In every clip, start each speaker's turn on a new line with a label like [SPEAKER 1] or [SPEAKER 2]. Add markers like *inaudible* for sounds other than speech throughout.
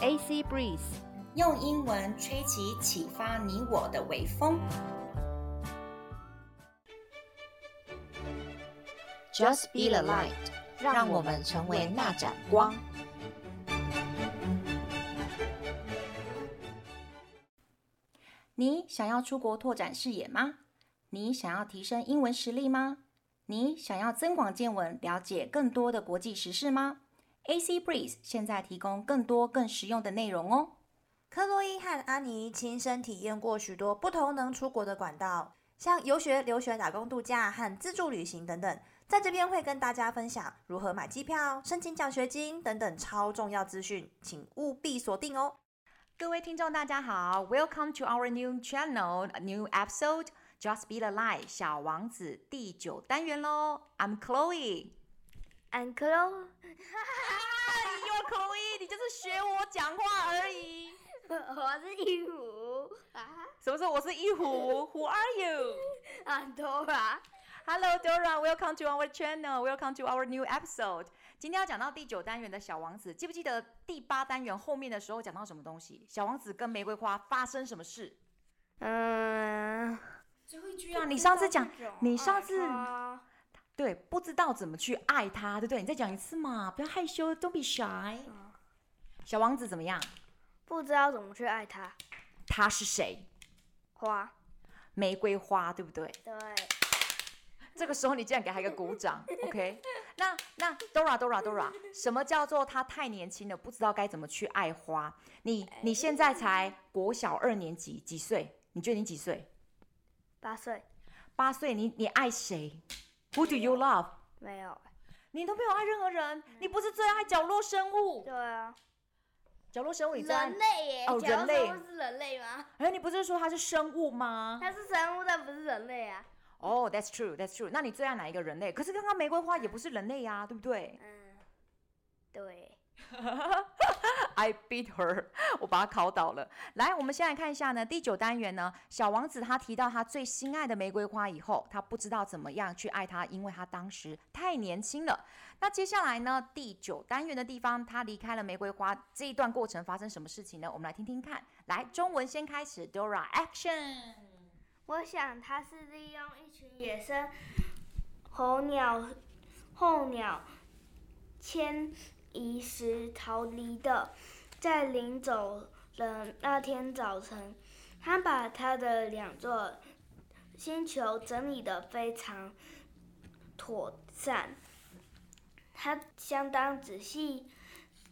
[SPEAKER 1] AC Breeze，
[SPEAKER 2] 用英文吹起启发你我的微风。
[SPEAKER 3] Just be the light，让我们成为那盏光。
[SPEAKER 2] 你想要出国拓展视野吗？你想要提升英文实力吗？你想要增广见闻，了解更多的国际时事吗？AC Breeze 现在提供更多更实用的内容哦。
[SPEAKER 4] 克洛伊和安妮亲身体验过许多不同能出国的管道，像游学、留学、打工、度假和自助旅行等等。在这边会跟大家分享如何买机票、申请奖学金等等超重要资讯，请务必锁定哦。
[SPEAKER 1] 各位听众大家好，Welcome to our new channel, a new episode. Just be the light，小王子第九单元喽。I'm Chloe。
[SPEAKER 5] I'm Chloe。
[SPEAKER 1] You're Chloe，你就是学我讲话而已。
[SPEAKER 5] *laughs* 我是一虎啊
[SPEAKER 1] 什么时候我是一虎？Who are you？
[SPEAKER 5] ，I'm Dora。
[SPEAKER 1] Hello, Dora. Welcome to our channel. Welcome to our new episode. 今天要讲到第九单元的小王子，记不记得第八单元后面的时候讲到什么东西？小王子跟玫瑰花发生什么事？
[SPEAKER 5] 嗯，
[SPEAKER 2] 最后一句
[SPEAKER 1] 啊你上次讲你上次
[SPEAKER 5] 啊
[SPEAKER 1] 对，不知道怎么去爱他，对不对？你再讲一次嘛，不要害羞，Don't be shy。小
[SPEAKER 5] 嗯
[SPEAKER 1] 王子怎么样？
[SPEAKER 5] 不知道怎么去爱他。
[SPEAKER 1] 他是谁？
[SPEAKER 5] 花，
[SPEAKER 1] 玫瑰花，对不对？
[SPEAKER 5] 对，
[SPEAKER 1] 这个时候你竟然给他一个鼓
[SPEAKER 5] *laughs*
[SPEAKER 1] 掌，OK？那那 Dora Dora Dora，什么叫做他太年轻了，不知道该怎么去爱花？你
[SPEAKER 5] 哎
[SPEAKER 1] 你现在才国小二年级，几岁？你觉得你几岁？
[SPEAKER 5] 八岁
[SPEAKER 1] 八岁，你你爱谁？Who do you love？
[SPEAKER 5] 没有。
[SPEAKER 1] 你都没有爱任何人，你不是最爱角落生物？
[SPEAKER 5] 对啊，
[SPEAKER 1] 角落生物你最爱
[SPEAKER 5] 人？类耶，
[SPEAKER 1] 哦
[SPEAKER 5] 假如
[SPEAKER 1] 人类
[SPEAKER 5] 说是人类吗？
[SPEAKER 1] 哎，你不是说他是生物吗？
[SPEAKER 5] 他是生物，但不是人类啊。
[SPEAKER 1] 哦、t h a t s true，That's true。那你最爱哪一个人类？可是刚刚玫瑰花也不是人类呀、对不对
[SPEAKER 5] 嗯，对，
[SPEAKER 1] ？I beat her，我把她考倒了。来，我们先来看一下呢，第九单元呢，小王子他提到他最心爱的玫瑰花以后，他不知道怎么样去爱她，因为他当时太年轻了。那接下来呢，第九单元的地方，他离开了玫瑰花，这一段过程发生什么事情呢？我们来听听看。来，中文先开始，Dora Action。
[SPEAKER 5] 我想他是利用一群野生候鸟、候鸟迁移时逃离的。在临走的那天早晨，他把他的两座星球整理得非常妥善，他相当仔细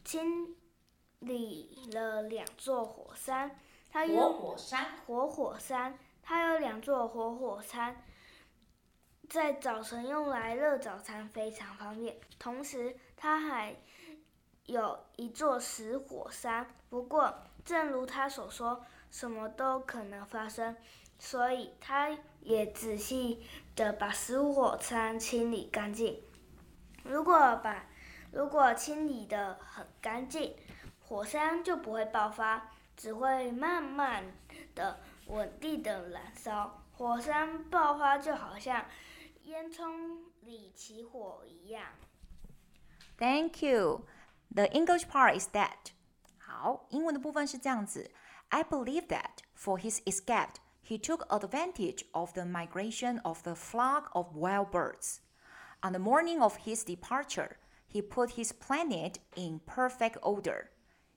[SPEAKER 5] 清理了两座火山。
[SPEAKER 1] 哎
[SPEAKER 5] 他
[SPEAKER 4] 哦
[SPEAKER 5] 用
[SPEAKER 2] 火山，
[SPEAKER 5] 活火山，它有两座活火山，在早晨用来热早餐非常方便。同时，它还有一座死火山。不过，正如他所说，什么都可能发生，所以他也仔细的把死火山清理干净。如果把如果清理的很干净，火山就不会爆发，只会慢慢的、稳定的燃烧。火山爆发就好像烟囱里起火一样。
[SPEAKER 1] Thank you. The English part is that. 好，英文的部分是这样子。I believe that for his escape, he took advantage of the migration of the flock of wild birds. On the morning of his departure, he put his planet in perfect order.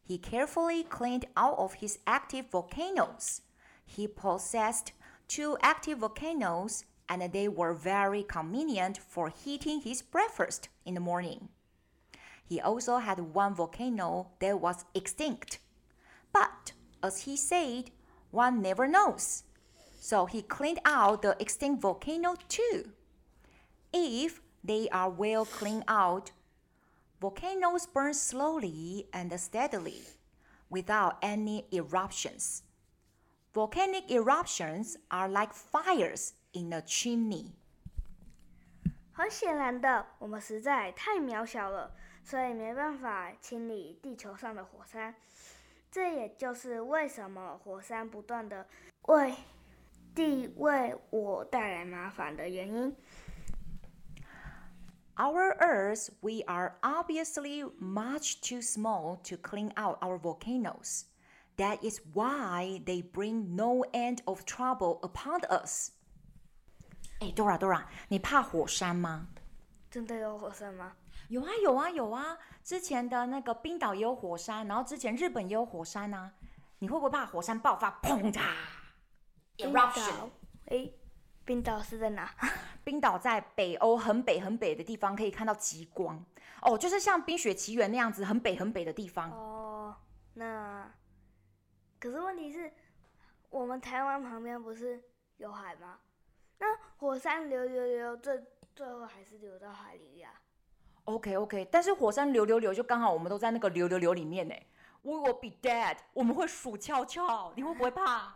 [SPEAKER 1] He carefully cleaned out of his active volcanoes. He possessed two active volcanoes, and they were very convenient for heating his breakfast in the morning. He also had one volcano that was extinct. But as he said, one never knows. So he cleaned out the extinct volcano too. If they are well cleaned out, volcanoes burn slowly and steadily without any eruptions. Volcanic eruptions are like fires in a chimney.
[SPEAKER 5] 很显然的，我们实在太渺小了，所以没办法清理地球上的火山。这也就是为什么火山不断的为地为我带来麻烦的原因。
[SPEAKER 1] Our Earth, we are obviously much too small to clean out our volcanoes. That is why they bring no end of trouble upon us. 哎，Dora，Dora，你怕火山吗？
[SPEAKER 5] 真的有火山吗？
[SPEAKER 1] 有啊，有啊，有啊！之前的那个冰岛也有火山，然后之前日本也有火山呐、你会不会怕火山爆发？砰嚓
[SPEAKER 5] 冰
[SPEAKER 1] ！eruption。
[SPEAKER 5] 岛，哎，冰岛是在哪？
[SPEAKER 1] 冰岛在北欧很北很北的地方可以看到极光哦，就是像《冰雪奇缘》那样子很北很北的地方。
[SPEAKER 5] 哦，那可是问题是，我们台湾旁边不是有海吗？那火山流流流，最最后还是流到海里呀、
[SPEAKER 1] OK OK，但是火山流流流就刚好我们都在那个流流流里面呢。We will be dead，我们会数翘翘，你会不会怕？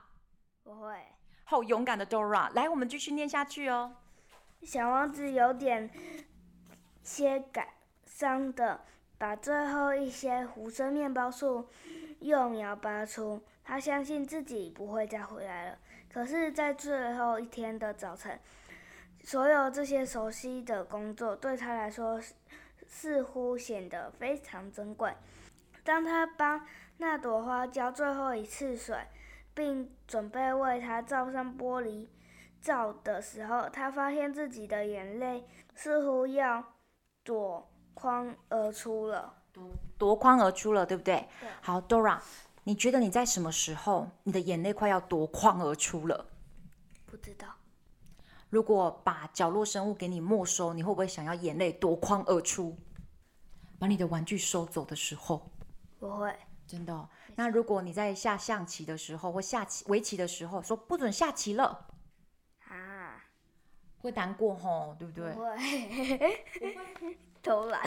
[SPEAKER 5] 不会，
[SPEAKER 1] 好勇敢的 Dora，来，我们继续念下去哦。
[SPEAKER 5] 小王子有点些感伤的，把最后一些胡生面包树用摇拔出。他相信自己不会再回来了。可是，在最后一天的早晨，所有这些熟悉的工作对他来说似似乎显得非常珍贵。当他帮那朵花浇最后一次水，并准备为它罩上玻璃照的时候，他发现自己的眼泪似乎要夺眶而出了。
[SPEAKER 1] 夺眶而出了，对不对？
[SPEAKER 5] 对
[SPEAKER 1] 好，Dora，你觉得你在什么时候你的眼泪快要夺眶而出了？
[SPEAKER 5] 不知道，
[SPEAKER 1] 如果把角落生物给你没收，你会不会想要眼泪夺眶而出？把你的玩具收走的时候，
[SPEAKER 5] 我会
[SPEAKER 1] 真的哦、那如果你在下象棋的时候或下棋围棋的时候说不准下棋了，
[SPEAKER 5] 啊，
[SPEAKER 1] 会难过吼，对不对
[SPEAKER 5] 不？会， *laughs* 偷懒。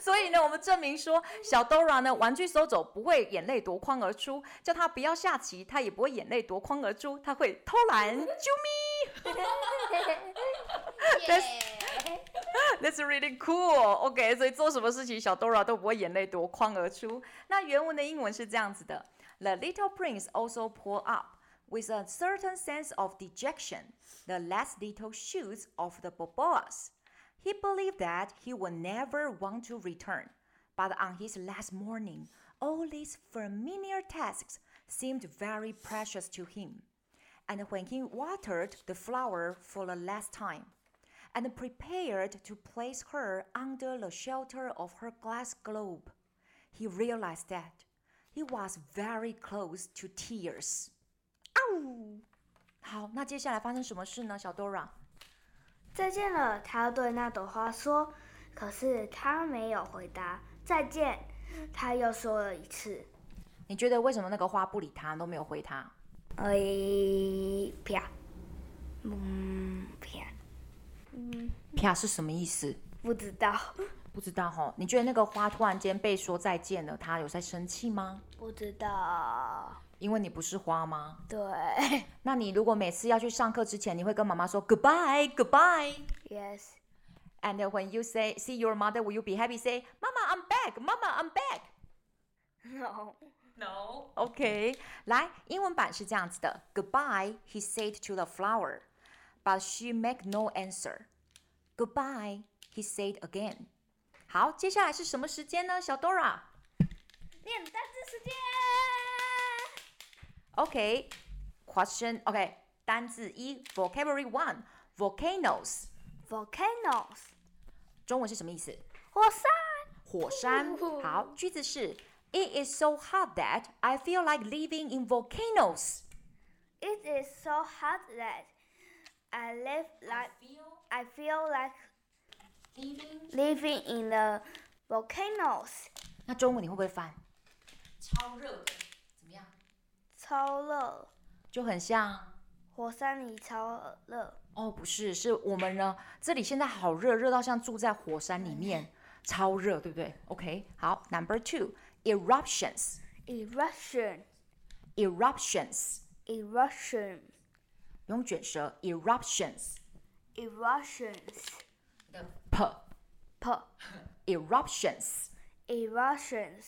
[SPEAKER 1] 所以呢，我们证明说，小 Dora 呢，玩具收走不会眼泪夺眶而出，叫他不要下棋，他也不会眼泪夺眶而出，他会偷懒。救命！That's really cool. OK，所以做什么事情，小 Dora 都不会眼泪夺眶而出。那原文的英文是这样子的：The little prince also pulled up. With a certain sense of dejection, the last little shoots of the boboas. He believed that he would never want to return, but on his last morning, all these familiar tasks seemed very precious to him. And when he watered the flower for the last time, and prepared to place her under the shelter of her glass globe, he realized that he was very close to tears. 好，那接下来发生什么事呢，小 Dora？
[SPEAKER 5] 再见了，他对那朵花说。可是他没有回答再见，他又说了一次。
[SPEAKER 1] 你觉得为什么那个花不理他，都没有回他？
[SPEAKER 5] 哎，啪，嗯，啪，
[SPEAKER 1] 啪是什么意思？
[SPEAKER 5] 不知道， *laughs*
[SPEAKER 1] 不知道哈。你觉得那个花突然间被说再见了，他有在生气吗？
[SPEAKER 5] 不知道，
[SPEAKER 1] 因为你不是花吗？
[SPEAKER 5] 对， *laughs*
[SPEAKER 1] 那你如果每次要去上课之前，你会跟妈妈说 goodbye goodbye。
[SPEAKER 5] Yes. *laughs*
[SPEAKER 1] And when you say see your mother, will you be happy? Say, Mama, I'm back. Mama, I'm back.
[SPEAKER 5] No.
[SPEAKER 1] No. Okay. 来，英文版是这样子的：Goodbye, he said to the flower, but she make no answer. Goodbye, he said again. 好，接下来是什么时间呢？小 Dora。
[SPEAKER 5] 念单词时间。
[SPEAKER 1] Okay. Question. Okay. 单字一，vocabulary one, volcanoes.
[SPEAKER 5] Volcanoes，
[SPEAKER 1] 中文是什么意思？
[SPEAKER 5] 火山。
[SPEAKER 1] 火山。好，句子是：It is so hot that I feel like living in volcanoes。
[SPEAKER 5] It is so hot that I live like I feel like living in the volcanoes，
[SPEAKER 1] 那中文你会不会翻？
[SPEAKER 5] 超热，
[SPEAKER 1] 就很像
[SPEAKER 5] 火山里超热，
[SPEAKER 1] 哦，不是，是我们呢，这里现在好热，热到像住在火山里面，超热，对不对？OK，好，Number two。Eruptions,
[SPEAKER 5] eruption
[SPEAKER 1] eruptions，
[SPEAKER 5] eruption
[SPEAKER 1] 不用卷舌。Eruptions,
[SPEAKER 5] eruptions
[SPEAKER 1] p
[SPEAKER 5] p
[SPEAKER 1] *laughs* eruptions，
[SPEAKER 5] eruptions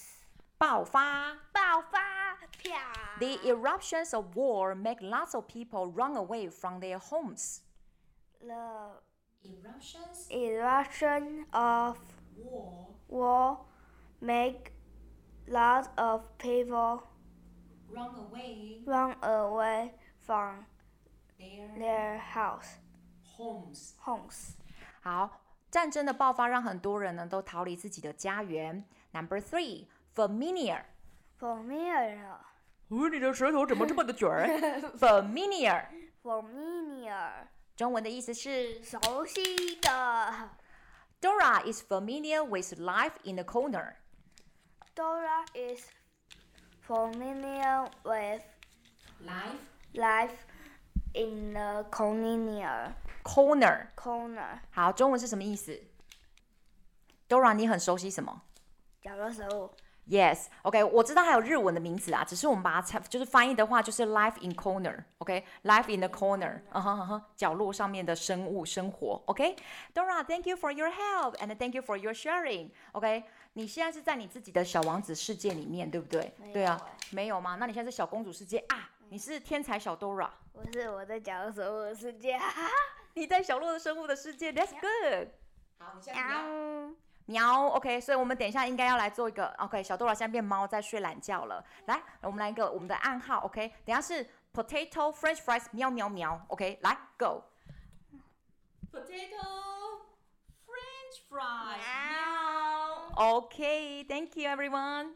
[SPEAKER 1] 爆发。
[SPEAKER 5] 爆发啪
[SPEAKER 1] The eruptions of war make lots of people run away from their homes.
[SPEAKER 5] the
[SPEAKER 1] Eruptions
[SPEAKER 5] eruption of war make lots of people
[SPEAKER 1] run away
[SPEAKER 5] run away from
[SPEAKER 1] their
[SPEAKER 5] their house
[SPEAKER 1] homes.
[SPEAKER 5] homes.
[SPEAKER 1] 好，战争的爆发让很多人呢都逃离自己的家园。Number three, familiar。
[SPEAKER 5] Familiar,
[SPEAKER 1] 哦，你的舌头怎么这么的卷儿 *laughs* ？familiar，
[SPEAKER 5] familiar，
[SPEAKER 1] 中文的意思是
[SPEAKER 5] 熟悉的。
[SPEAKER 1] Dora is familiar with life in the corner。
[SPEAKER 5] Dora is familiar with
[SPEAKER 1] Life
[SPEAKER 5] life in the colonial
[SPEAKER 1] corner。
[SPEAKER 5] corner
[SPEAKER 1] 好，中文是什么意思？Dora，你很熟悉什么
[SPEAKER 5] 角落食物。
[SPEAKER 1] ？Yes，OK，、我知道还有日文的名字啊，只是我们把它拆，就是翻译的话就是 life in corner，OK，life、in the corner，啊哈啊哈，角落上面的生物生活，OK，Dora，thank、you for your help and thank you for your sharing，OK，、你现在是在你自己的小王子世界里面，对不对？
[SPEAKER 5] 没有
[SPEAKER 1] 对啊
[SPEAKER 5] 欸，
[SPEAKER 1] 没有吗？那你现在是小公主世界啊，你是天才小 Dora。
[SPEAKER 5] 不是我在角落食物的世界。
[SPEAKER 1] 你在小落的生物的世界，That's good。好，你现
[SPEAKER 5] 喵
[SPEAKER 1] 喵，OK，所以我们等一下应该要来做一个 OK，小豆老现在变猫在睡懒觉了。来，我们来一个我们的暗号，OK，等一下是 potato French fries 喵喵喵，OK，来 go。Potato French fries 喵。OK，Thank you everyone。